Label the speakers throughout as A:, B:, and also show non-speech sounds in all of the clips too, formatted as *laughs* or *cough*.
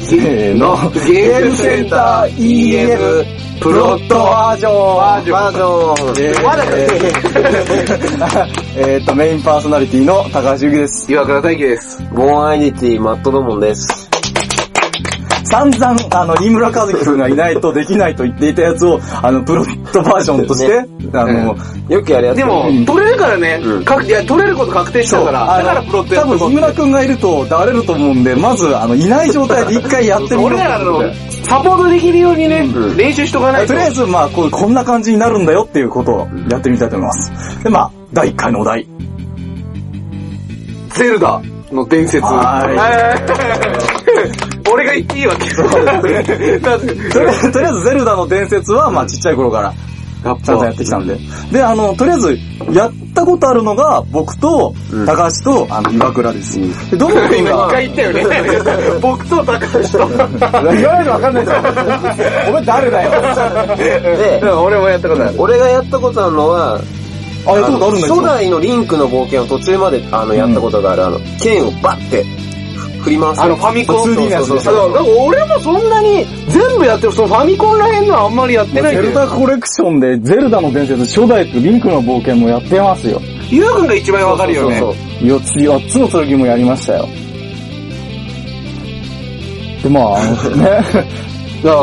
A: せーの、
B: ゲームセンター EM
A: プロットバージョン
B: バージョン
A: バージョン
B: わざと
A: えー *laughs* えーっと、メインパーソナリティの高橋ゆきです。
B: 岩倉大輝です。
C: モンアイデンティティ、マットドモンです。
A: 散々、あの、飯村和樹くんがいないとできないと言っていたやつを、あの、プロットバージョンとして、あの、
C: よくやるやつ。
B: でも、取れるからね、
C: うん
B: かいや、取れること確定したから、
A: あ
B: だ
A: の
B: からプロットや
A: 多
B: ったと
A: 分、
B: 思
A: 飯村くんがいると、だれると思うんで、まず、あの、いない状態で一回やってみよう。
B: 俺らの、サポートできるようにね、
C: うん
B: 練習しとかないと。
A: とりあえず、まあこう、こんな感じになるんだよっていうことをやってみたいと思います。で、まあ、第1回のお題。
B: ゼルダの伝説。
A: はーい
B: はい *laughs* 俺が言っていいわけ。 *laughs* だって
A: とりあえず、とりあえずゼルダの伝説は、まあ、ちっちゃい頃から、ちゃんとやってきたんで。で、あの、とりあえず、やったことあるのが、僕と、高橋と、あの、岩倉です。で、どの君
B: 今一
A: が、
B: 回言ったよね。 *laughs* 僕と高橋と。
A: 言われるわかんないじゃん。お前誰だよ。
C: で、
B: 俺もやったことある。
C: 俺がやったことあるのは、
A: あ、やったことあるんだけ
C: あの
A: ど。
C: 初代のリンクの冒険を途中まで、あの、やったことがある。あの、剣をバッて、振り回す。
B: あの、ファミコン。
A: 2D のやつでし
B: そうそうだから俺もそんなに全部やってる、そのファミコンらへんのはあんまりやってない
D: ゼ
B: け
D: ル
B: ど、
D: ダコレクションで、ゼルダの伝説、初代とリンクの冒険もやってますよ。
B: ゆうくんが一番わかるよね。
C: そうそう
D: 四つ、四つの剣もやりましたよ。で、まあ、あのね、
B: だか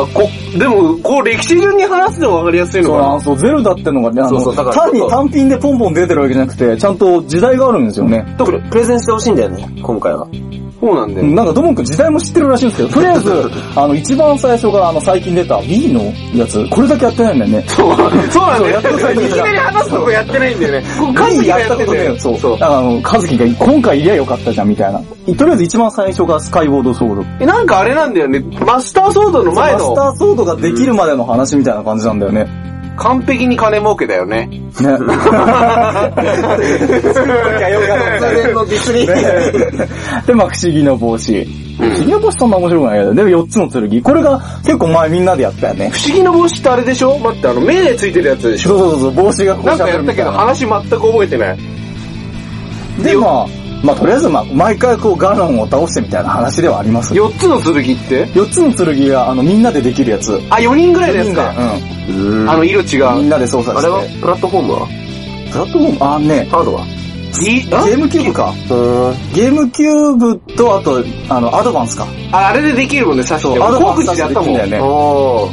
B: らこ、でも、こう歴史順に話すのがわかりやすいの
D: そう
B: か
D: なん
B: な。
D: ですよ。ゼルダってのがね、あ
C: そうそ
D: の、
C: うだから
D: 単に単品でポンポン出てるわけじゃなくて、ちゃんと時代があるんですよね。
C: そうプレプレゼンしてほしいんだよね、今回は。
B: そうなんだ
D: う
B: よ。
D: んなんかドモン君時代も知ってるらしいんですけど、とりあえず、あの、一番最初があの、最近出た B のやつ、これだけやってないんだよね。
B: そうなんだよ。い
D: そうやっと
B: きなり話すとこやってないんだよね。こうカ
D: カ
B: ズ
D: ズ
B: キ
D: キ
B: が
D: が
B: や
D: や
B: っ
D: ってた
B: ん
D: こと
B: だ
D: ね
B: よ
D: え。そう。
B: そ
D: だ
B: う
D: からあの、カズキが今回言えばよかったじゃんみたいな。とりあえず一番最初がスカイボードソード。
B: えなんかあれなんだよね。マスターソードの前
D: マスタ
B: の
D: ーソードができるまでの話みたいな感じなんだよね。ね。
B: 完璧に金儲けだよね。
D: *laughs*
C: プレゼンのディスリ *laughs*
D: *laughs*
C: ー。
D: で、まあ、不思議の帽子。不思議の帽子そんな面白くないけど、でも4つの剣。これが結構前みんなでやったよね。
B: 不思議の帽子ってあれでしょ待って、あの、目でついてるやつでし
D: そ
B: ょ
D: うそうそう、帽子がこう
B: なんか
D: 喋
B: や
D: る
B: っ
D: み
B: た
D: た
B: け
D: い
B: ど、
D: な。
B: 話全く覚えてない。
D: で、まあ、まあ、とりあえず、まあ、毎回こうガノンを倒してみたいな話ではあります。
B: 4つの剣って
D: 4つの剣が、あの、みんなでできるやつ。
B: あ、4人ぐらいのや
D: み
B: つ
D: ん
B: か。
D: な、
C: うん
B: あの、色違
D: うん。み
B: う。
D: んなで操作
C: あれは
D: して。
C: プラットフォームは
D: プラットフォーム、あ、ね、
C: ハードはい
D: ゲームキューブか。
C: うーん。
D: ゲームキューブと、あと、あの、アドバンスか。
B: ああれでできるもんね、さして。
D: そう、アドバ
B: 航
D: ンス
B: 空機でやったもん。
D: だよね。
C: お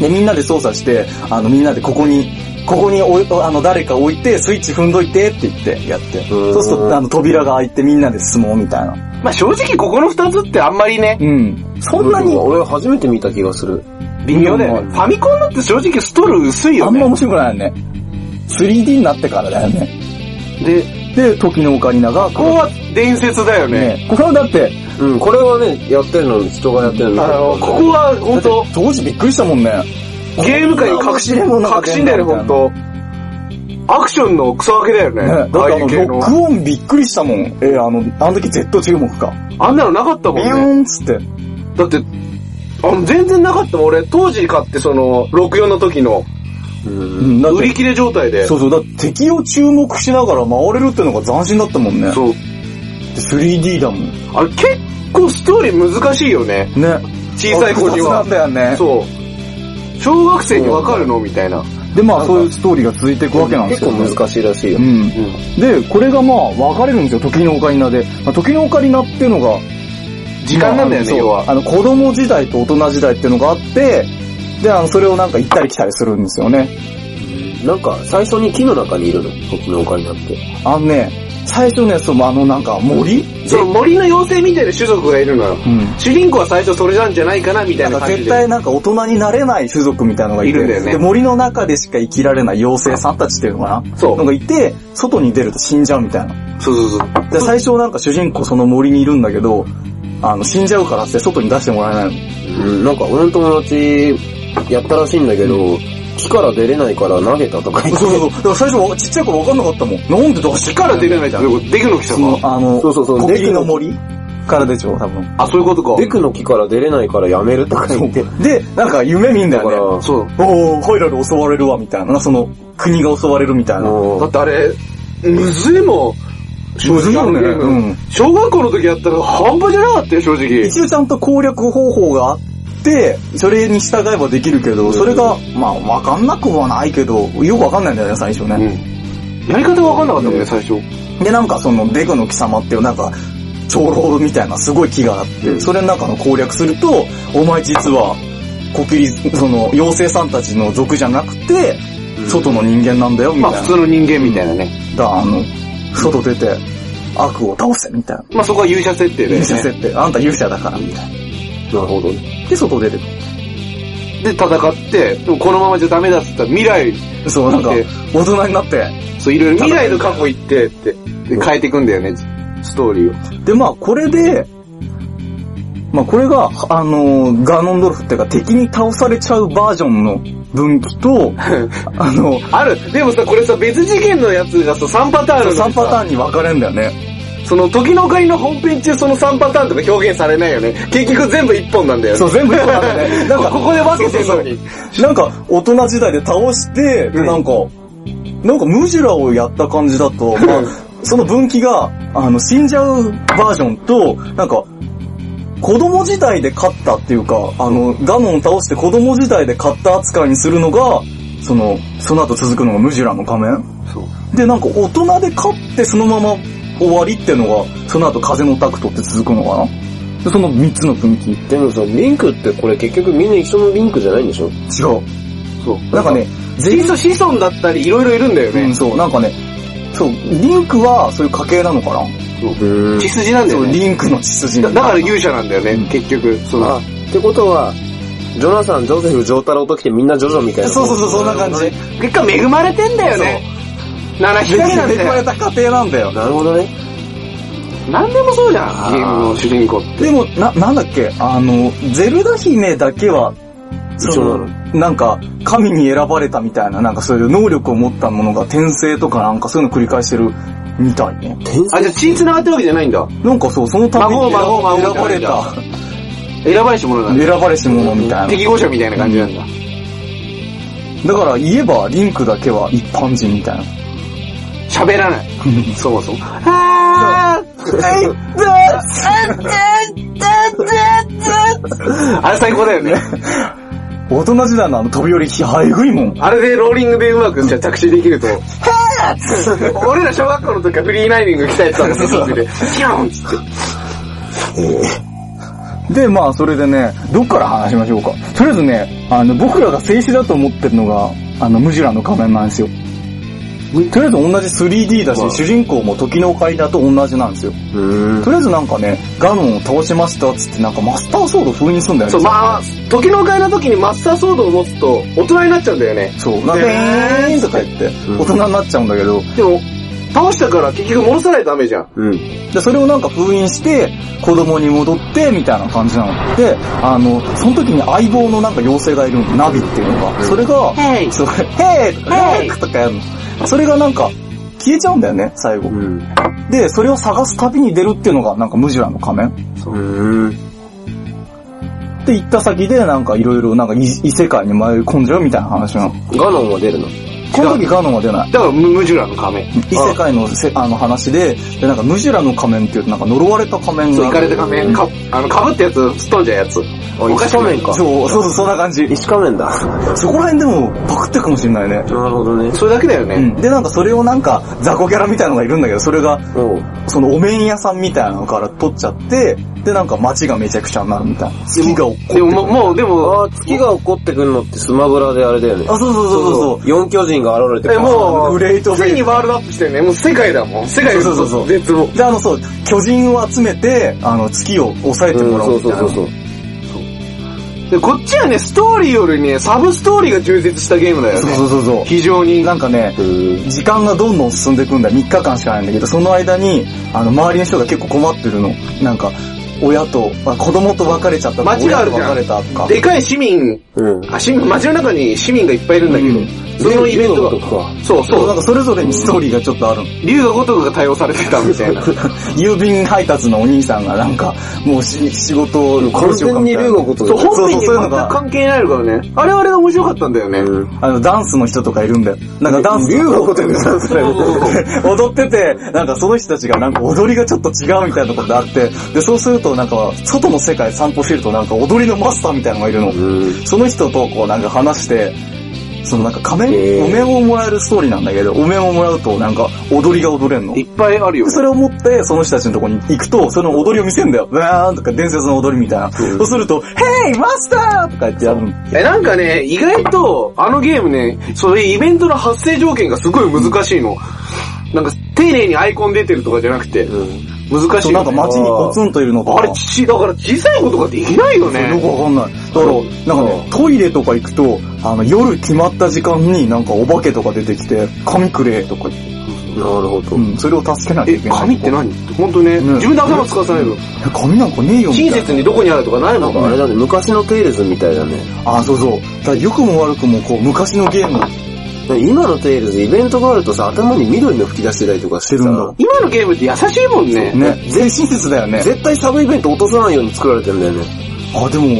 C: ー。
D: で、みんなで操作して、あの、みんなでここに、ここにおいあの、誰か置いて、スイッチ踏んどいてって言って、やって。
C: ーん
D: そうすると、あの、扉が開いてみんなで進もうみたいな。
B: まあ正直ここの2つってあんまりね、
D: うん。そんな
C: う
D: に、
C: 俺初めて見た気がする。
B: 微妙だよね。
D: うん
B: ファミコンだって正直ストーリー薄い
D: あ
B: よ
D: んま
B: ね。
D: 面白くないよね。3D になってからだよね。
B: で、
D: で、時のオカリナが、
B: ここは伝説だよ
D: う
B: ね。
D: ね、これはだって、
C: うん、これはね、やってるの、人がやってるの。
B: あの、ここは本当
D: だって当時びっくりしたもんね。
B: ゲーム界の革新、革新だよね、本当アクションのクソ分けだよね。
D: ね、だって
B: ああい
D: あ
B: う
D: の、
B: 系
D: ロ
B: の
D: ッ。クオンびっくりしたもん。えー、あの、あの時 Z 注目か。
B: あんなのなかったもん
D: ビュ。
B: ね
D: ーンっつって。
B: だって、あの、全然なかったもん。俺、当時買って、その、64の時の、
C: うん
D: うん、だっ
B: 売
D: て
B: り切れ状態で。
D: そうそう、だって敵を注目しながら回れるってのが斬新だったもんね。
B: そう。
D: 3D だもん。ね。
B: あれ、結構ストーリー難しいよね。小さい子に
D: 複雑な
B: は
D: ん。だよね。
B: そう。小学生にわかるのみたいな。
D: で、まあそういうストーリーが続いていくわけなんです
C: 結
D: よ、
C: 構
D: ね。し
C: 難しいらしいよ
D: い。う。ん。
B: うん。
D: で、これがまあ分かれるんですよ、時のオカリナで。まあ、時のオカリナっていうのが、
B: 時間なんだよね、
D: まあ
B: 要は。
D: あの、子供時代と大人時代っていうのがあって、で、あの、それをなんか行ったり来たりするんですよね。
C: なんか、最初に木の中にいるの、時のオカリナって。
D: あのね、最初ね、そのあのなんか森
B: その森の妖精みたいな種族がいるのよ。
D: うん。
B: 主人公は最初それなんじゃないかな、みた
D: ないん
B: な
D: か
B: 感じ
D: 絶
B: で。
D: 対なんか大人になれない種族みたいなのがいて、
B: いるんだよね
D: で森の中でしか生きられない妖精さんたちっていうのかな
B: そう
D: のがいて、外に出ると死んじゃうみたいな。
B: そうそうそう。
D: で、最初なんか主人公その森にいるんだけど、あの、死んじゃうからって外に出してもらえない
C: うん、なんか、俺の友達、やったらしいんだけど、木から出れないから投げたとか言
D: の。
C: って
D: そうそうそう。だから最初ちっちゃい子わかんなかったもん。なんで出して
B: 力出れないじゃん。デクの貴
D: その
B: 様。、
D: あの、
C: そうそうそう
D: コキリの森からでしょ、多分。
B: あ、そういうことか。
C: デクの木から出れないからやめるとか言って。
D: で、なんか夢見んだ
C: だから、
D: よね。
B: そう。
D: おー、ホイラル襲われるわ、みたいな。その、国が襲われるみたいな。
C: も
B: だ
C: う
B: ってあれ、むずいもん。正直あのゲーム。
D: うん。
B: 小学校の時やったら半端じゃなかったよ、正直。
D: 一応ちゃんと攻略方法があって、それに従えばできるけど、それが、まあ、わかんなくはないけど、よくわかんないんだよね、最初ね。
B: やり方わかんなかったもんね、最初。
D: で、なんかその、デグの貴様っていう、なんか、長老みたいなすごい木があって、それの中の攻略すると、お前実は、コキリ、その、妖精さんたちの族じゃなくて、外の人間なんだよ、み
B: ま
D: たい
B: あ
D: な。
B: 普通の人間みたいなね。
D: だ、あの、外出て、悪を倒せ、みたいな。 *laughs*
B: まあそこは勇者設定で、ね。
D: 勇者設定。あんた勇者だから、みたい
C: なるほどね。
D: な。で、外出てく
B: で戦って、でもこのままじゃダメだっつったら未来、
D: る。そう、なんか
B: で、
D: 大人になって、
B: そういろいろ未来の過去行ってって、で変えていくんだよね、ストーリーを。
D: で、まあ、これで、まあ、これが、あのーガーノンドルフっていうか、敵に倒されちゃうバージョンの分岐
B: *laughs*
D: と、あの、
B: あるでもさ、これさ、別次元のやつがさ、3パターンあるのにさ
D: 3パターンに分かれんだよね。
B: その時の狩りの本編中その3パターンとか表現されないよね。結局全部1本なんだよね。 *laughs*
D: そう、全部一緒なんだよね。なんか、
B: ここで分けてるのに。
D: なんか、大人時代で倒して、で、
B: うん
D: なんか、なんかムジュラをやった感じだと、まあ、その分岐が、あの、死んじゃうバージョンと、なんか、子供時代で勝ったっていうか、あの、ガノン倒して子供時代で勝った扱いにするのが、その、その後続くのがムジュラの仮面で、なんか大人で勝ってそのまま終わりっていうのが、その後風のタクトって続くのかなでその3つの分岐。違
C: でもさ、リンクってこれ結局みんな一緒のリンクじゃないんでしょ
D: う。
B: そう。
D: なんかね、
B: 子孫、子孫だったり、いろいろいるんだよ
D: う
B: ね
D: ん、。そう、なんかね、そう、リンクはそういう家系なのかな、
C: うん
B: 血筋なんだ
D: そ
B: よ
D: う、
B: ね。
D: リンクの血筋
B: だだから勇者なんだよね、結局。そ
C: あ、
B: の、
C: ってことは、ジョナサン、ジョセフ、ジョータロと来てみんなジョジョみたいな。
D: そうそうそう、そんな感じ。
B: 結果恵まれてんだよね。七光なん
D: 恵ま
B: だ
D: れ
B: よ。
D: た家庭なんだよ。
C: なるほどね。
B: なんでもそうじゃん、ゲームの主人公って。
D: でも、な、なんだっけ、あの、ゼルダ姫だけは、
C: 一緒なの
D: なんか、神に選ばれたみたいな、なんかそういう能力を持ったものが転生とかなんかそういうの繰り返してるみたいね。
C: 天
B: あ、じゃあ血繋がってるわけじゃないんだ。
D: なんかそう、そのために選
B: 孫孫孫
D: 選ばれた、
B: 選ばれし者なんだ。
D: 選ばれし者みたいな。
B: 適合者みたいな感じなんだ。
D: だから言えば、リンクだけは一般人みたいな。
B: 喋ら *laughs* ない。そもそも。あーあれ最高だよね。
D: 大人時代のあの飛び降り、ハエグいもん。
B: あれでローリングでうまくじゃあ着地できると。俺ら小学校の時はフリーライディング鍛えてたんですよ、で。キャンっつって。
D: で、まあ、それでね、どっから話しましょうか。とりあえずね、あの、僕らが静止だと思ってるのが、あの、ムジュラの仮面なんですよ。とりあえず同じ 3D だし、主人公も時の階だと同じなんですよ。
C: うん。
D: とりあえずなんかね、ガノンを倒しましたっつって、なんかマスターソード封印すんだよね。
B: そう、まあ、時の会の時にマスターソードを持つと大人になっちゃうんだよね。
D: そう、なんか、
B: で
D: でーんとか言って、大人になっちゃうんだけど、
B: でも、倒したから結局戻さないとダメじゃん。
C: うん。
D: で、それをなんか封印して、子供に戻って、みたいな感じなの。で、あの、その時に相棒のなんか妖精がいるの、ナビっていうのが。それが、
B: ヘイ
D: そう、ヘイとか、
B: ヘイ
D: ヤークとかやるの。それがなんか、消えちゃうんだよね、最後。
C: うん。
D: で、それを探す旅に出るっていうのが、なんかムジュラの仮面。
C: うん。
D: で、行った先で、なんかいろいろ、なんか異異世界に迷い込んじゃうみたいな話なの。
C: ガノンは出るの
D: この時ガノンは出ない。
B: だからムムジュラの仮面。
D: 異世界のせあの話で、で、なんかムジュラの仮面っていう、なんか呪われた仮面
B: そ
D: が
B: う、行
D: あ
B: か
D: る。
B: れた仮面。か、あの、被ったやつ、すっ飛んじゃうやつ。おかしくない
C: 面か
D: そう、そうそう、そんな感じ。
C: 石仮面だ。な
D: そこら辺でもパクってるかもしれないね。
C: るほどね。
B: それだけだよ
D: う
B: ね。
D: ん。で、なんかそれをなんか、雑魚キャラみたいのがいるんだけど、それが、
C: おう。
D: そのお面屋さんみたいなのから取っちゃって、で、なんか街がめちゃくちゃになるみたいな。月が落っこ
B: でも、もうもう、で
C: あ
B: も、
C: あ、月が起こってくるのってスマブラであれだよね。
D: あ、そうそうそうそう。
C: 四巨人が現れて
B: え、もう、
D: グレート
B: ついにワールドアップしてるね。もう世界だもん。世界
D: そうそうそう
B: 絶望。
D: で、あの、そう、巨人を集めて、あの、月を抑えて
C: う
D: も
C: ん
D: ら
C: そ
D: おう
C: う
D: みたい
C: そう
D: な。
C: そうそう。
B: で、こっちはね、ストーリーよりね、サブストーリーが充実したゲームだよね。
D: そうそうそう
B: 非常
D: そう
B: に。
D: なんかね、
C: うん。
D: 時間がどんどん進んでいくんだ。3日間しかないんだけど、その間に、あの、周りの人が結構困ってるの。なんか、親と、あ子供と別れちゃったとか、
B: 街があるじゃん
D: 親と別れたとか。
B: でかい市民、
C: うん。
B: あ市民、街の中に市民がいっぱいいるんだけど、そのイベントが、
C: か。
B: そう
D: そう、
B: そ
D: なん
B: う、
D: かそれぞれにストーリーがちょっとあるの。
B: 竜が如くが対応されてたみたいな。
D: 郵便配達のお兄さんがなんか、もうし仕事を
C: 完全に龍が
D: こ
C: こと
B: そう、
D: そう
B: 本編に
D: そういう
B: 全
D: の
B: く
D: が
B: 関係ないからね。あれはあれが面白かったんだよね。
D: あの、ダンスの人とかいるんだよ。なんかダンス。
C: 龍がことがさ、
D: 踊ってて、なんかその人たちがなんか踊りがちょっと違うみたいなことあって、で、そうするとなんか、外の世界散歩してるとなんか踊りのマスターみたいなのがいるの。その人とこうなんか話して、そのなんか仮
C: へ
D: 面、
C: ー
D: お面をもらえるストーリーなんだけど、お面をもらうとなんか踊りが踊れんの
B: *laughs* い。っぱいあるよ
D: で。それを持って、その人たちのとこに行くと、その踊りを見せんだよ。うわーんとか伝説の踊りみたいな。そうすると、ヘイマスターとか言ってやるの。
B: え、なんかね、意外と、あのゲームね、そういうイベントの発生条件がすごい難しいの。なんか、丁寧にアイコン出てるとかじゃなくて、難し
D: そ
B: いうよ
D: な
B: ね、
D: んか街にポツンといるのとか。
B: あれ、ち、だから小さいことができない
D: よ
B: よ
D: く
B: ね。
D: わかんない。だから、なんかね、トイレとか行くと、あの、夜決まった時間になんかお化けとか出てきて、紙くれとか言って、
C: なるほど
D: う。ん、それを助けないと
B: え、
D: いけない。
B: 紙って何本当ね、
D: うん
B: 自分で頭使わさないの。
D: 紙なんかねえよみたい
B: 親
D: な。
B: 切にどこにあるとかない
C: な
B: もん。
C: んかあれだね、昔のテイルズみたいだね。
D: あ、そうそう。だから良くも悪くもこう、昔のゲーム
C: 今のテイルズ、イベントがあるとさ、頭に緑の吹き出してたりとかして
D: してるんだ
C: さ。
B: 今のゲームって優しいもんね。
D: ね、全親切だよね。
C: 絶対サブイベント落とさないように作られてんだよね。
D: あ、でも、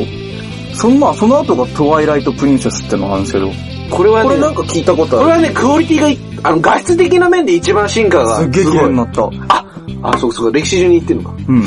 D: そのまあ、その後がトワイライトプリンセスってのがあるんですけど、
B: これは
C: こ
B: ね
C: れ、なんか聞いたこと
B: これ
C: ある。
B: はね、クオリティが、あの、画質的な面で一番進化が。
D: すっげえ綺麗になった。う
B: あ、そうそう、歴史中に言ってんのか。
D: ん。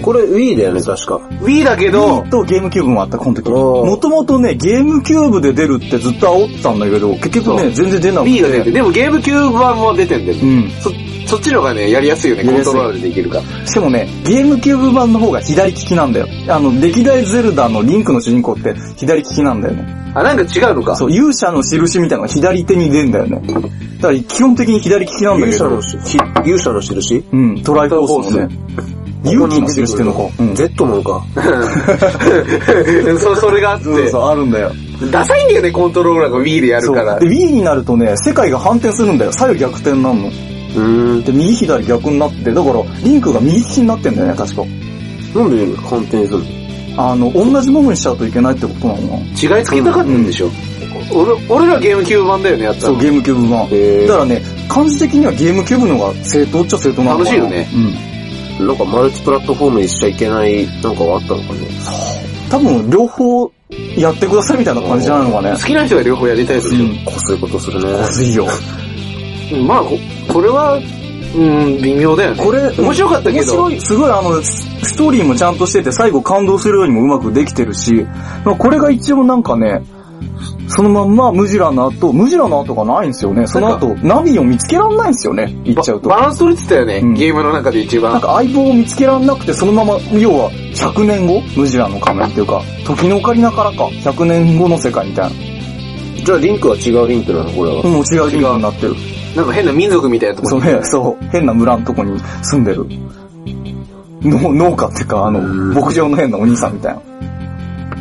C: これ Wii だよね、確か。
B: Wii だけど、
D: とゲームキューブもあった、この時。
C: おー
D: もともとね、ゲームキューブで出るってずっと煽ってたんだけど、結局
B: そ
D: ね、全然出なくて。
B: Wii が出て、でもゲームキューブ版も出てんだよ
D: う。ん。
B: そ、そっちの方がね、やりやすいよね、
D: や
B: コ
D: りや
B: ン
D: すい
B: トローラーでできるから。
D: しかもね、ゲームキューブ版の方が左利きなんだよ。あの、歴代ゼルダのリンクの主人公って左利きなんだよね。
B: あ、なんか違うのか。
D: そう、勇者の印みたいなのが左手に出んだよね。だから基本的に左利きなんだ
C: 勇
D: け
C: 者
D: ど
C: の、し、ひ勇者の印
D: うん、トライフォースのね、勇気の印っていうのか。うん。
C: Z なのか。
B: *laughs* そ、それがあって。
D: そうそう、あるんだよ。
B: ダサいんだよね、コントローラーが Wii でやる
D: そう。
B: から
D: で、。Wii になるとね、世界が反転するんだよ。左右逆転なんの。
C: うーん。
D: で、右左逆になって、だから、リンクが右利きになってんだよね、確か。
C: なんで反転するの
D: あの、同じものにしちゃうといけないってことなのかな。
B: 違いつけたかったんでしょ。俺、俺らゲームキューブ版だよね、やった
D: そ
B: の
D: う、。ゲームキューブ版。
C: え
D: だからね、感じ的にはゲームキューブの方が正当っちゃ正当なのかな。
B: 楽しいよね。
D: うん。
C: ー、なんかマルチプラットフォームにしちゃいけない、なんかはあったのかね。
D: 多分、両方やってくださいみたいな感じじゃないのかね
B: 好。きな人が両方やりたいです
D: う
B: よ。
D: ん。
C: こすることするね。
D: まずいよ。
B: まあ、ここれは、うん、微妙だよね。
D: これ、
B: 面白かったけ
D: 面
B: ど
D: 白、い。すごい、あの、スストーリーもちゃんとしてて、最後感動するようにもうまくできてるし、まあこれが一応なんかね、そのまんまムジラの後、ムジラの後がないんですよね。その後、ナビを見つけらんないんですよね。行っちゃうと
B: バ。ランス取れてたよね
D: うん、
B: ゲームの中で一
D: なん
B: 番。
D: か相棒を見つけらんなくて、そのまま、要は、100年後ムジラの仮面っていうか、時のオカリナからか、100年後の世界みたいな。
C: じゃあリンクは違うリンクなのこれは。
D: もう違う違うになってる。
B: なんか変な民族みたいなと
D: そ
B: こ
D: うね、そう、変な村のとこに住んでる。の農家っていうか、あの、
C: うん
D: 牧場の変なお兄さんみたいな。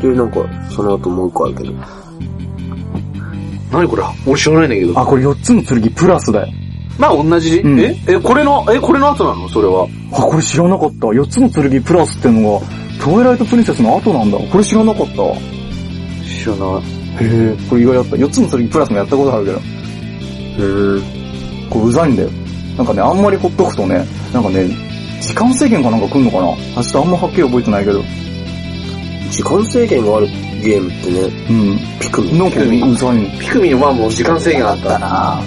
C: で、なんか、その後もう一個あるけど。
B: 何これ俺知らないんだけど。
D: あ、これ4つの剣プラスだよ。
B: まあ同じ。
D: うん
B: ええ、これの、え、これの後なのそれは。
D: あ、これ知らなかった。4つの剣プラスってのが、トワイライトプリンセスの後なんだ。これ知らなかったわ。へ
B: 知らない。
D: え、これ意外だった。4つの剣プラスもやったことあるけど、
C: うーん。
D: これうざいんだよ。なんかね、あんまりほっとくとね、なんかね、時間制限かなんか来んのかな明日あんまはっきり覚えてないけど。
C: 時間制限があるゲームってね、
D: うん。
C: ピクミン。
D: なんかねうざいん
B: ピクミンはもう時間制限あっ
D: だ
B: た。
D: な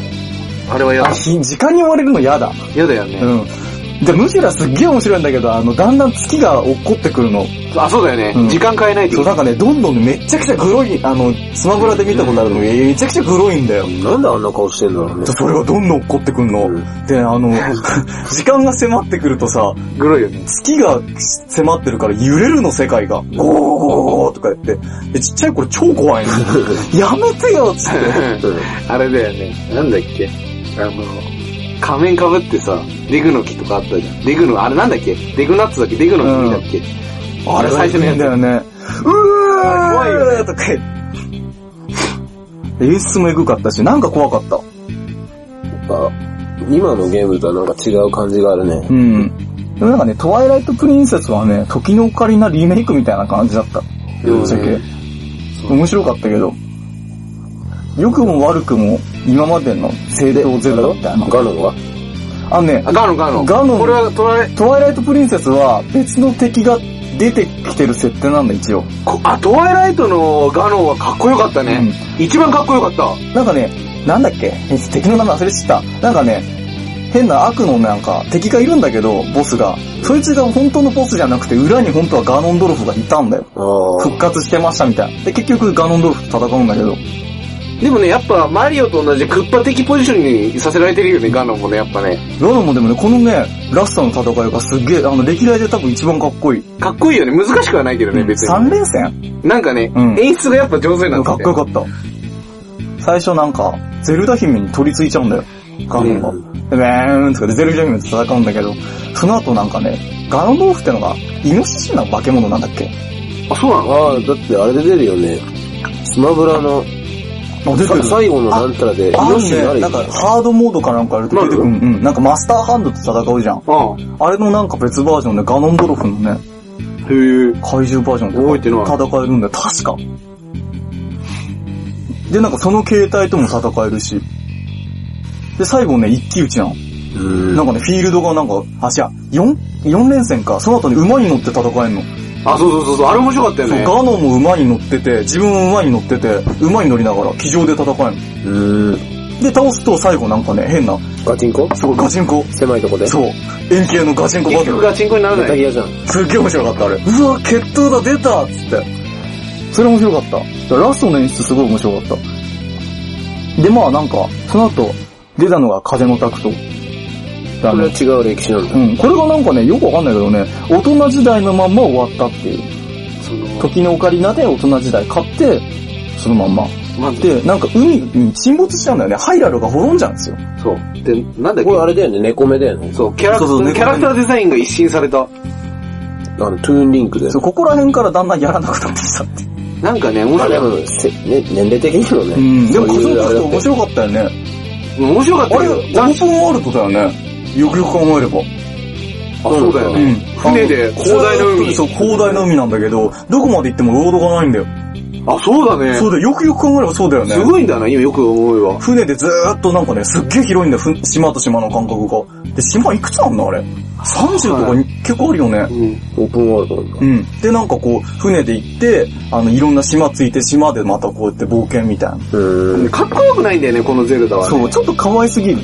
B: あれはや
D: あ、
B: だ。
D: ひ時間に追われるの嫌だ。
B: やだよね。
D: うん。で、ムジュラすっげえ面白いんだけど、あの、だんだん月が落っこってくるの。
B: あ、そうだよ
D: うん
B: ね。時間変えない
D: そう、
B: と。
D: なんかね、どんどんねめっちゃくちゃグロい、あの、スマブラで見たことあるの、めちゃくちゃグロいんだよ。
C: なんであんな顔してんだろうね。
D: それがどんどん落っこってくるの。
C: うん
D: で、あ *laughs* の、時間が迫ってくるとさ、
B: グロいよね。
D: 月が迫ってるから揺れるの世界が。ゴーゴーゴーゴーとか言って。で、ちっちゃい頃超怖い *laughs* の。やめてよっつって。
B: *laughs* あれだよね。なんだっけあの、仮面かぶってさ、デグの木とかあったじゃん。デグの、あれなんだっけデグナッツだっけデグの木だっけ、
D: あれ最初のやつだよね。うー
B: 怖いよ
D: とか言って。演出もエグかったし、なんか怖かった。
C: あ今のゲームとはなんか違う感じがあるね。
D: うん。でもなんかね、トワイライトプリンセスはね、時のオカリナリメイクみたいな感じだった。ぶっちゃけ。面白かったけど。良くも悪くも、今までの正当ゼロみたいな。
C: ガノンは
D: あのね、
B: あガノン、ガノン。
D: ガノン
B: これは取られ、
D: トワイライトプリンセスは別の敵が出てきてる設定なんだ、一応。
B: こあ、トワイライトのガノンはかっこよかったね。一番かっこよかった。
D: なんかね、なんだっけえ敵の名前忘れちゃった。なんかね、変な悪のなんか敵がいるんだけど、ボスが。そいつが本当のボスじゃなくて、裏に本当はガノンドルフがいたんだよ。
C: あー
D: 復活してましたみたいな。で、結局ガノンドルフと戦うんだけど。
B: でもね、やっぱマリオと同じクッパ的ポジションにさせられてるよね、ガノンもね、やっぱね。
D: ガノンもでもね、このね、ラストの戦いがすっげえ、あの、歴代で多分一番かっこいい。
B: かっこいいよね。難しくはないけどね、別に。
D: 3連戦
B: なんかね、
D: うん
B: 演出がやっぱ上手になって
D: かっこよかった。最初なんか、ゼルダ姫に取り付いちゃうんだよ。ガノンが。で、ウェーンとかでゼルダ姫と戦うんだけど、その後なんかね、ガノンドーフってのが、イノシシな化け物なんだっけ
B: あ、そうなの
C: あー、だってあれで出るよね。スマブラの
D: あ、出て
C: さ
D: る。
C: 最後のなんたらで、イ
D: あ
C: ノシシにな
D: る
C: る
D: ね。な
C: よ
D: んか、ハードモードかなんかやると出てくる。うんうん。なんか、マスターハンドと戦うじゃん。
B: うん。
D: あれのなんか別バージョンで、ガノンドロフのね、
B: へえ。
D: 怪獣バージョン
B: 覚えてない
D: で戦えるんだよ。確か。で、なんかその携帯とも戦えるし。で、最後ね、一騎打ちなの。
C: うん
D: なんかね、フィールドがなんか、あ、じゃあ、4、四連戦か。その後に馬に乗って戦えんの。
B: あ、そうそうそうそう、あれ面白かったよ
D: そう
B: ね。
D: ガノンも馬に乗ってて、自分も馬に乗ってて、馬に乗りながら騎乗で戦えんの。
C: うん。
D: で、倒すと最後なんかね、変な、
C: ガチンコ
D: すごいガチンコ。
C: 狭いとこで。
D: そう。円形のガチンコバ
B: 結
D: ト
B: 局
D: ル。
B: ガチンコになら
C: メ
B: な
C: タ
B: い。
C: ギアじゃん。
D: すっげえ面白かった、あれ。うわ、決闘だ、出たっつって。それ面白かった。だからラストの演出すごい面白かった。で、まあなんか、その後、出たのが風のタクト。だ
C: これ
D: ね。
C: は違う歴史なんだ。
D: うん。これがなんかね、よくわかんないけどね、大人時代のまんま終わったっていう。
B: その、
D: 時のオカリナで大人時代買って、そのまんま。
B: まず、
D: で、なんか海に沈没したんだよね。ハイラルが滅んじゃうんですよ。
B: そう。で、なんだっ
C: これあ
B: け
C: れだよね、猫目だよね。
B: そう、キャラク
D: そうそう
B: キャラクターデザインが一新された。
C: あの、トゥーンリンクで
D: そう、。ここら辺からだんだんやらなくなってきたっていう。
B: なんかね、面
C: まあ
B: 白
C: で
B: い。
C: も、せね、年齢的にもね。
D: うん。でも、
C: そ
D: 風
C: う
D: の
C: いう
D: タ
C: あ
D: ク
C: れだ
D: ト
C: って
D: 面白かったよね。
B: 面白かった
D: あ
B: け
D: れ、
B: ど
D: オープンワールドだよね。よくよく考えれば。
B: あ、そうだよね。船で
D: あの
B: 広大な海
D: そう、広大な海なんだけど、どこまで行ってもロードがないんだよ。
B: あ、そうだね。
D: そうだよ、よくよく考えればそうだよね。
B: すごいんだな、今よく思えば。
D: 船でずーっとなんかね、すっげえ広いんだよ、ふ島と島の間隔が。で、島いくつあんのあれ。30とかに結構あるよね。
B: うん。
C: オープンワールドなんだ。
D: うん。で、なんかこう、船で行って、あの、いろんな島ついて、島でまたこうやって冒険みたいな。
C: うーん。
B: かっこよくないんだよね、このゼルダは、ね。
D: そう、ちょっと可愛すぎる。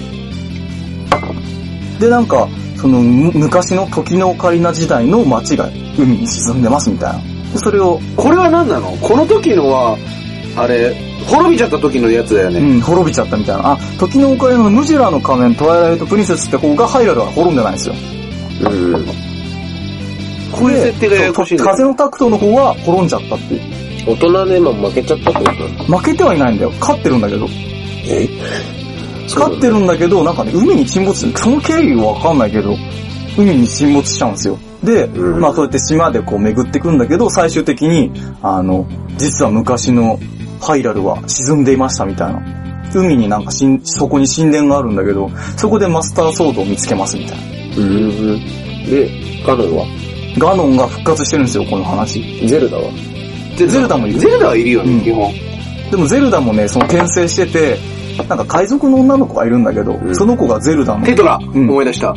D: で、なんか、その、む昔の時のオカリナ時代の街が海に沈んでますみたいな。でそれを、
B: これは何なのこの時のは、あれ、滅びちゃった時のやつだよ
D: う
B: ね。
D: ん、滅びちゃったみたいな。あ、時のオカリナのムジュラの仮面、トワイライトプリンセスって方がハイラルは滅んでないんですよ。
C: うん。
B: こういう設定がややこしいんだ
D: 風
B: よ。
D: のタクトの方は滅んじゃったっていう。
C: 大人でまあ負けちゃったってことなんだ。
D: 負けてはいないんだよ。勝ってるんだけど。
C: え
D: 勝ってるんだけど、なんかね、海に沈没する。その経緯はわかんないけど、海に沈没しちゃうんですよ。で、
C: うん
D: まあそうやって島でこう巡ってくんだけど、最終的に、あの、実は昔のハイラルは沈んでいましたみたいな。海になんかしん、そこに神殿があるんだけど、そこでマスターソードを見つけますみたいな。
C: うん。で、ガノンは
D: ガノンが復活してるんですよ、この話。
C: ゼルダは
B: ゼ
D: ゼルダもいる
B: ゼルダはいるよね、
D: うん
B: 基本。
D: でもゼルダもね、その転生してて、なんか海賊の女の子がいるんだけど、
C: うん
D: その子がゼルダの
B: テトラ、
D: ん
B: 思い出した。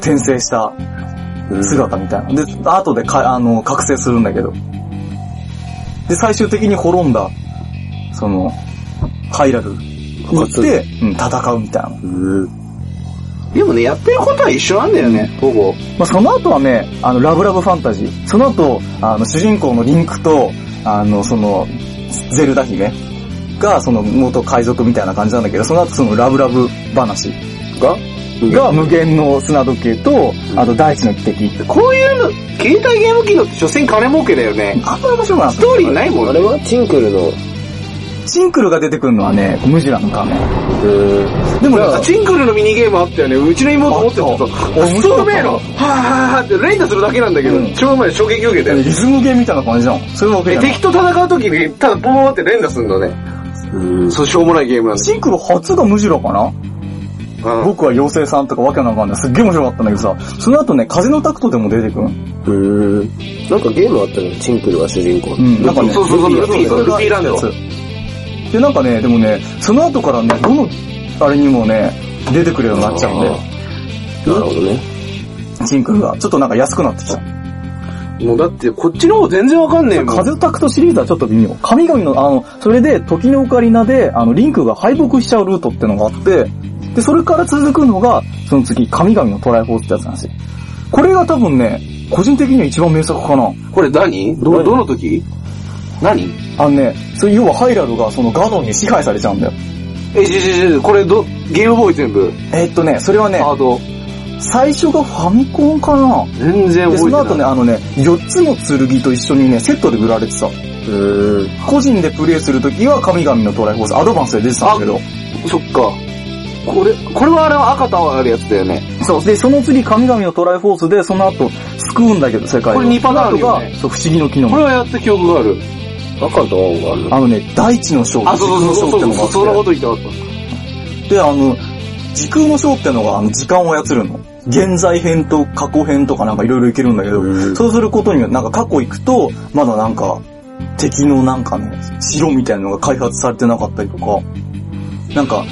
D: 転生した姿みたいな。で、後でか、あの、覚醒するんだけど。で、最終的に滅んだ、その、ハイラルに行って、うん、戦うみたいな。
C: うん。
B: でもね、やってることは一緒なんだよね、ほぼ。
D: まあ、その後はね、あの、ラブラブファンタジー。その後、あの、主人公のリンクと、あの、その、ゼルダ姫が、その、元海賊みたいな感じなんだけど、その後そのラブラブ話
C: が
D: が、無限の砂時計と、あと、大地の汽笛。
B: こういうの、携帯ゲーム機能って所詮金儲けだよね。
D: あんまり面白くなかっ
B: ストーリーないも
C: あ
B: ん
C: れ
B: ね。
C: はチンクルの、う
D: た。シンクルが出てくるのはね、ムジュラの仮面。
C: ーん。
D: でもね
B: あチンクルのミニゲームあったよね。うちの妹持ってたと。
D: あった
B: クソうめえのはぁはぁはぁって連打するだけなんだけど、
D: うん
B: 超前衝撃受けたよ。
D: リズムゲーみたいな感じじゃん。それはわけじ
B: え、
D: ゃない。
B: 敵と戦う時に、ただボーンって連打するのね。
C: うん。
B: そう、しょうもないゲームなんで。
D: シンクロ初がムジュラかな
B: うん
D: 僕は妖精さんとかわけのわかんない。すっげえ面白かったんだけどさ、その後ね、風のタクトでも出てくる
C: うん。なんかゲームあったじゃん、チンクルが主人公。
D: うん、なんかね、
B: そうそうそう、ル
C: ル
B: フ
C: フ
B: ィ、
C: ィ
B: ルフィランド。
D: で、なんかね、でもね、その後からね、どの、あれにもね、出てくるようになっちゃうんだよ。
C: なるほどね。
D: チンクルが。ちょっとなんか安くなってきた。
B: もうだって、こっちの方全然わかんねえもん。
D: 風タクトシリーズはちょっと微妙。神々の、あの、それで、時のオカリナで、あの、リンクが敗北しちゃうルートってのがあって、で、それから続くのが、その次、神々のトライフォースってやつなんですよ。これが多分ね、個人的には一番名作かな。
B: これ何ど、どの時何
D: あのね、それ要はハイラルがそのガドンに支配されちゃうんだよ。
B: え、じじじ、これど、ゲームボーイ全部、
D: えーっとね、それはね、
B: ハード。
D: 最初がファミコンかな
B: 全然
D: で、
B: 覚
D: そ
B: え
D: の
B: て
D: 後
B: な
D: ね、
B: い。
D: あのね、4つの剣と一緒にね、セットで売られてた。
C: うん。
D: 個人でプレイするときは神々のトライフォース、アドバンスで出てたんだけど。
B: そっか。これ、これはあれは赤とあるやつだよね。
D: そう。で、その次、神々のトライフォースで、その後、救うんだけど、世界を
B: これ二パターンあるよ
D: その
B: ね
D: 後がそう、不思議の機能。
B: これはやった記憶がある。
C: 赤と青があるの。
D: あのね、大地の章、
B: あ、そうそうそう、そう
D: 時空
B: そう
D: の章
B: そう、
D: ってのがあ
B: そんなこ
D: っ、
B: と言ってなかって
D: で、あの、時空の章ってのが、あの、時間を操るの。現在編と過去編とかなんかいろいろいけるんだけど、
C: うん
D: そうすることによって、なんか過去行くと、まだなんか、敵のなんかね、城みたいなのが開発されてなかったりとか、なんか、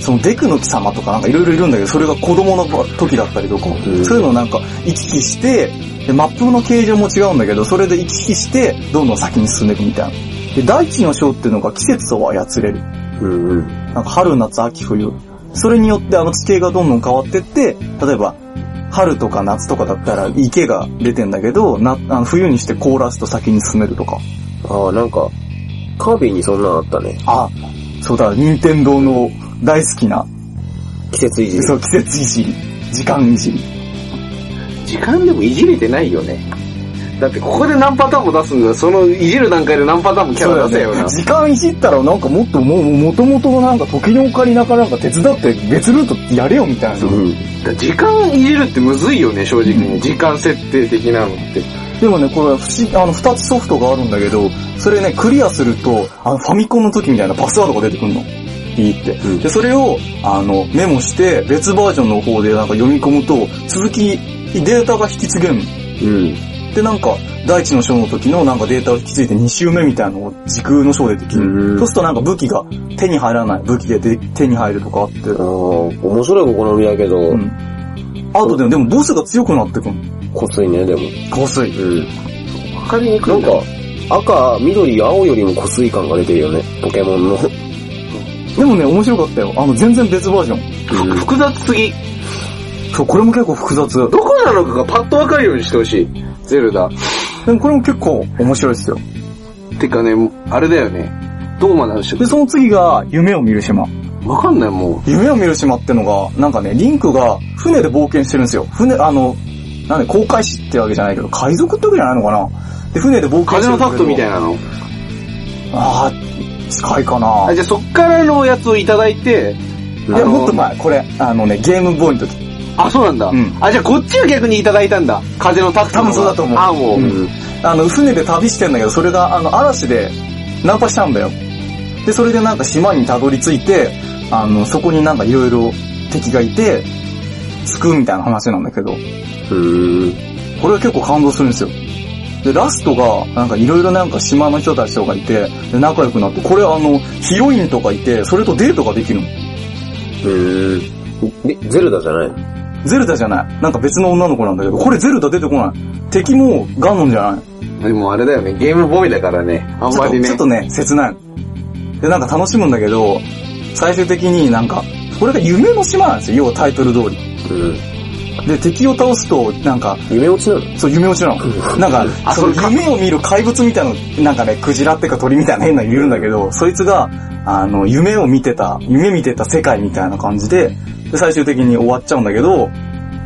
D: そのデクの貴様とかなんかいろいろいるんだけど、それが子供の時だったりとか、
C: ん
D: そういうのをなんか行き来して、で、マップの形状も違うんだけど、それで行き来して、どんどん先に進んでいくみたいな。で、大地の章っていうのが季節を操れる。
C: うんうん。
D: なんか春、夏、秋、冬。それによってあの地形がどんどん変わってって、例えば、春とか夏とかだったら池が出てんだけど、な、あの冬にして凍らすと先に進めるとか。
C: ああ、なんか、カービィにそんなのあったね。
D: あ、そうだ、任天堂の大好きな、
C: 季節維持。
D: そう、季節いじり、時間いじり。
B: た。時間でもいじれてないよね。だってここで何パターンも出すんだそのいじる段階で何パターンもキャラ出せよな。
D: 時間いじったらなんかもっともう、もともとなんか時のオカリナかなんか手伝って別ルートやれよみたいな。
C: うん。
B: だから時間いじるってむずいよね、正直に。時間設定的なのって。
D: でもね、これは不思議、あの、二つソフトがあるんだけど、それね、クリアすると、あの、ファミコンの時みたいなパスワードが出てくるの。いいって。
C: ん
D: で、それを、あの、メモして、別バージョンの方でなんか読み込むと、続き、データが引き継げんの。
C: うん。
D: で、なんか、大地の章の時のなんかデータを引き継いで2周目みたいなのを時空の章ででき
C: う
D: る。
C: ん
D: そうするとなんか武器が手に入らない。武器で手に入るとかあって。
C: ああ、面白い試みだけど
D: う、ん。あとでも、でもボスが強くなってくる。
C: こついね、でも。
D: 香水。
C: うん。
B: わかりにく
C: ないんか、赤、緑、青よりもこつい感が出てるよね。ポケモンの。
D: でもね、面白かったよ。あの、全然別バージョン。
B: な複雑すぎ。
D: そう、これも結構複雑。
B: どこなのかがパッとわかるようにしてほしい。ゼルダ。
D: でもこれも結構面白いですよ。
B: てかね、あれだよね。どうまであるし
D: で、その次が、夢を見る島。
B: わかんないも
D: 夢を見る島ってのが、なんかね、リンクが船で冒険してるんですよ。船、あの、なんで、航海士ってわけじゃないけど、海賊ってわけじゃないのかなで、船で冒
B: う。
D: 険してる
B: 風の
D: んだ
B: タ
D: けど
B: クトみたい。なの。
D: あー、近いかな
B: あ、じゃあそっからのやつをいただいて、
D: い
B: あ
D: や、
B: の
D: もっと前、これ、あのね、ゲームボーイの時。
B: あ、そうなんだ。
D: うん
B: あ、じゃあこっちは逆にいただいたんだ。風のタクトの
D: 多分そうだと思う
B: あ、もう。
D: うんあの、船で旅してんだけど、それが、あの、嵐で、ナンパしちゃうんだよ。で、それでなんか島にたどり着いて、あの、そこになんかいろいろ敵がいて、救うみたいな話なんだけど、
C: うん。
D: これは結構感動するんですよ。で、ラストが、なんかいろいろなんか島の人たちとかいて、で、仲良くなって、これあの、ヒロインとかいて、それとデートができるの。
C: うん。で、ゼルダじゃないの
D: ゼルダじゃない。なんか別の女の子なんだけど、これゼルダ出てこない。敵もガノンじゃない。
B: でもあれだよね、ゲームボーイだからね。あんまりね。
D: ちょっとちょっとね、切ない。で、なんか楽しむんだけど、最終的になんか、これが夢の島なんですよ、要はタイトル通り。
C: うん。
D: で、敵を倒すと、なんか、
C: 夢落ちなの
D: そう、夢落ちなの。なんか、その夢を見る怪物みたいな、なんかね、クジラっていうか鳥みたいな変なのいるんだけど、そいつが、あの、夢を見てた、夢見てた世界みたいな感じで、で、最終的に終わっちゃうんだけど、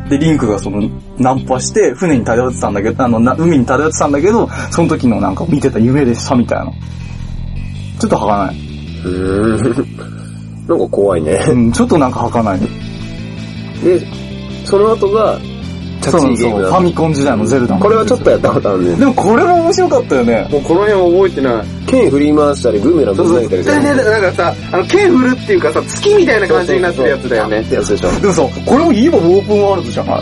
D: で、リンクがその、ナンパして、船に漂ってたんだけど、あの、な海に漂ってたんだけど、その時のなんか見てた夢でしたみたいな。ちょっと儚い。
C: うん。なんか怖いね。
D: うん、ちょっとなんか儚い。
C: で、その後が、ちゃ
D: そ
C: くちゃ
D: そ
C: いういゲー
D: う、
C: ム
D: フ
C: だ
D: ァ。ミコン時代のゼルダも
C: これはちょっとやったことあるね。
D: でもこれも面白かったよね。
B: もうこの辺覚えてない。
C: 剣振り回したり、ブーメラン
B: そ
C: ぶ
B: う
C: ん
B: そ
C: 投
B: う。
C: げたり
B: で、
C: す
B: で、
C: る。
B: でなんかさ、あの、剣振るっていうかさ、月みたいな感じになってるやつだよね。
C: ってやつでしょ。
D: でもさ、これも言えばオープンワールドじゃない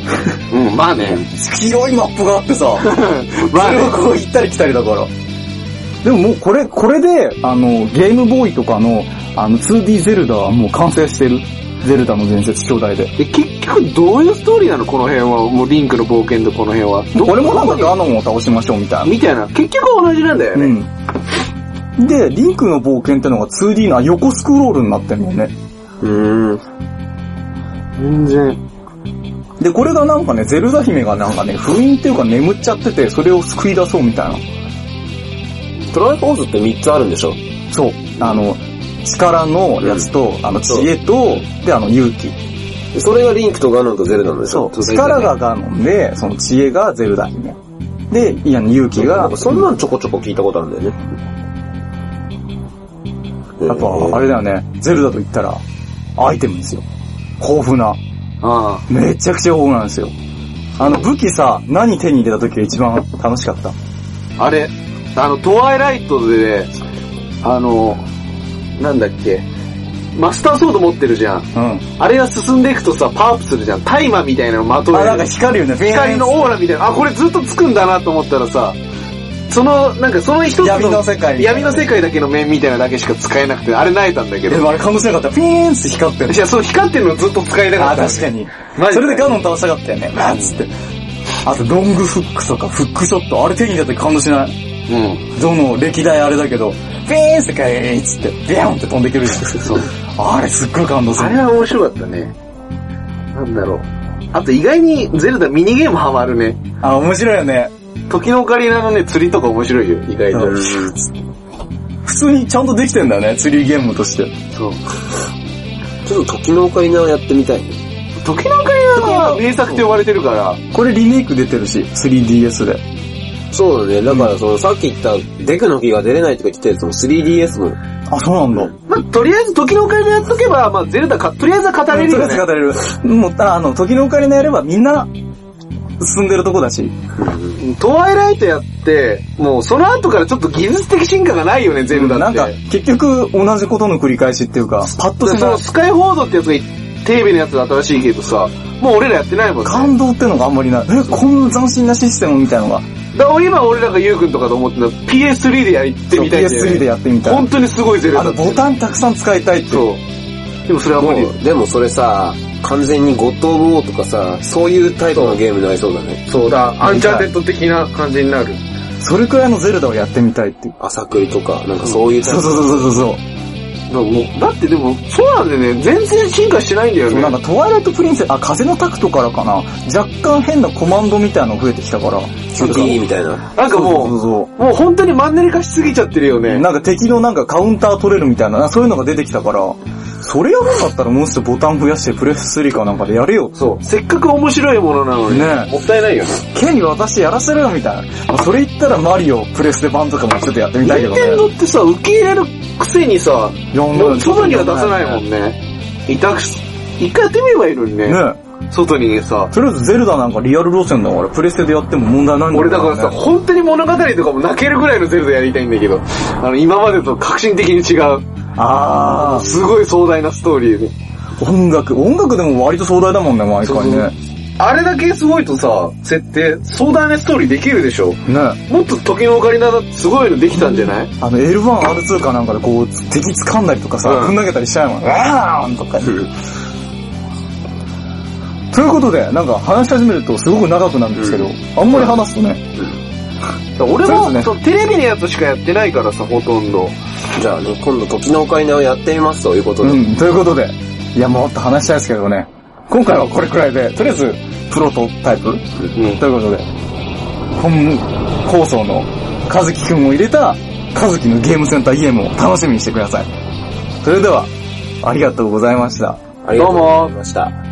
B: うん、まあね。
D: 広いマップがあって *laughs* さ、それ
B: まあね
D: を。こう行ったり来たりだから。でももうこれ、これで、あの、ゲームボーイとかの、あの、2D ゼルダはもう完成してる。ゼルダの伝説兄弟で。
B: で結局どういうストーリーなのこの辺は。もうリンクの冒険とこの辺は。ど
D: これもなんかガノンを倒しましょうみたいな。
B: みたいな。結局同じなんだよね。
D: うん。で、リンクの冒険ってのが 2D のあ横スクロールになってるのね。
C: うー
B: 全
C: ん。
B: 然。
D: で、これがなんかね、ゼルダ姫がなんかね、封印っていうか眠っちゃってて、それを救い出そうみたいな。
C: トライフォースって3つあるんでしょ
D: そう。あの、力のやつと、あの、知恵と、で、あの、勇気。
C: それがリンクとガノンとゼルダなんでしょ
D: 力がガノンで、その知恵がゼルダ姫。で、いや、勇気が、
C: そんなんちょこちょこ聞いたことあるんだよね。
D: やっぱ、あれだよね、ゼルダと言ったら、アイテムですよ。豊富な。
B: ああ。
D: めちゃくちゃ豊富なんですよ。あの、武器さ、何手に入れた時が一番楽しかった
B: あれ、あの、トワイライトでね、あの、なんだっけ、マスターソード持ってるじゃん。
D: うん。
B: あれが進んでいくとさ、パワーアップするじゃん。タイマーみたいなのまと
D: あ、
B: え
D: なん
B: る
D: か。光るよね、
B: 光の
D: フェーン
B: オーラみたいな。あ、これずっとつくんだなと思ったらさ、その、なんかその一つの
D: 闇の世界みたいな
B: 闇の世界だけの面みたいなだけしか使えなくて、あれ泣いたんだけ
D: で
B: ど。
D: もあれ感動しなかった。ピーンって光ってる
B: い。や、そう光ってるのずっと使えなか
D: あ、
B: った。
D: 確かに
B: マジ。
D: そ
B: で
D: れでガノン倒したかったよね。わーっつって。あと、ロングフックとか、フックショット。あれ手に入れた時感動しない。
B: うん。
D: どの歴代あれだけど、ピーンってかえーっつって、ビャンって飛んでくるじゃん。
B: そう。
D: あれすっごい感動す
B: あ
D: る
B: れ。は面白かったね。なんだろう。あと意外にゼルダミニゲームハマるね。
D: あ、面白いよね。
B: 時のオカリナのね、釣りとか面白いよ、意外と。
D: うん普通にちゃんとできてんだよね、釣りゲームとして。
B: そう。
C: ちょっと時のオカリナをやってみたいね。
B: 時のオカリナは名作って呼ばれてるから、
D: これリメイク出てるし、3DS で。
C: そうだね。だからその、さっき言った、デクの木が出れないとか言ってたやつも 3DS も。
D: あ、そうなんだ。
B: まあ、とりあえず時のオカリナやっとけば、まあ、ゼルダか、とりあえずは語れる
D: とりあ
B: よ
D: え
B: ね
D: ず。語れる。もう、あの、時のオカリナやればみんな、進んでるとこだし。
B: トワイライトやって、もうその後からちょっと技術的進化がないよね、ゼルダって。
D: なんか、結局、同じことの繰り返しっていうか、パッとし
B: そ
D: な
B: の
D: い。
B: スカイフォードってやつが、テレビのやつが新しいけどさ、もう俺らやってないもんね。
D: 感動ってのがあんまりない。え、こんな斬新なシステムみたいのが。
B: だから今俺らがユウくんとかと思ってたら PS3 でやってみたいんだよね
D: PS3 でやってみたい
B: 本。当にすごいゼル
D: あ
B: ダ
D: の、ボタンたくさん使いたいって。
B: そう。でもそれは無理
C: も。う、でもそれさ、完全にゴッド・オブ・ウォーとかさ、そういうタイプのゲームになりそうだね。
B: そうだ、アンチャーテッド的な感じになる。
D: それくらいのゼルダをやってみたいっていう。
C: 朝栗とか、なんかそういうタイ
D: そ
C: プ
D: う。そうそうそうそう。
B: だもうだってでも、そうなんだよね。全然進化してないんだよ
D: そう
B: ね。
D: なんか、トワイライトプリンセス、あ、風のタクトからかな。若干変なコマンドみたいなの増えてきたから。
C: キューティーみたいな。
B: なんかもう、
D: そうそう
B: もう本当にマンネリ化しすぎちゃってるよ
D: そう。
B: ね。
D: なんか敵のなんかカウンター取れるみたいな、そういうのが出てきたから、それやるんだったらもうちょっとボタン増やしてプレス3かなんかでやれよ。
B: そう。せっかく面白いものなのに。
D: ね
B: もったいないよね。
D: ケに渡してやらせろよみたいな。まあそれ言ったらマリオ、プレステ版とかもちょっとやってみたいけ
B: 任
D: どね。
B: 天堂ってさ、受け入れるくせにさ、もう外には出さないもんね。いたくし、一回やってみればいいのにね。
D: ね
B: 外にさ。
D: とりあえずゼルダなんかリアル路線だから、プレステでやっても問題ないんだ
B: 俺だからさ、
D: ね
B: 本当に物語とかも泣けるぐらいのゼルダやりたいんだけど、あの、今までと革新的に違う、
D: あ
B: すごい壮大なストーリーで。
D: ー、音楽、音楽でも割と壮大だもんね、毎回ね。
B: あれだけすごいとさ、設定、壮大なストーリーできるでしょ
D: ね
B: もっと時のオカリナだってすごいのできたんじゃない
D: あの、L1、R2 かなんかでこう、敵掴んだりとかさ、
B: うん
D: ぶん投げたりしちゃうもん。わーんとか。ということで、なんか話し始めるとすごく長くなるんですけど、あんまり話すとね、そ
B: 俺
D: うで
B: も、
D: すね
B: そうテレビのやつしかやってないからさ、ほとんど。
C: じゃあね、今度時のオカリナをやってみますということで。
D: うん、ということで、いや、もっと話したいですけどね、今回はこれくらいで、とりあえず、プロトタイプ
B: うん。
D: ということで、本放送の和樹くんを入れた和樹のゲームセンター EM を楽しみにしてください。それでは、ありがとうございました。
C: ありがとうございました。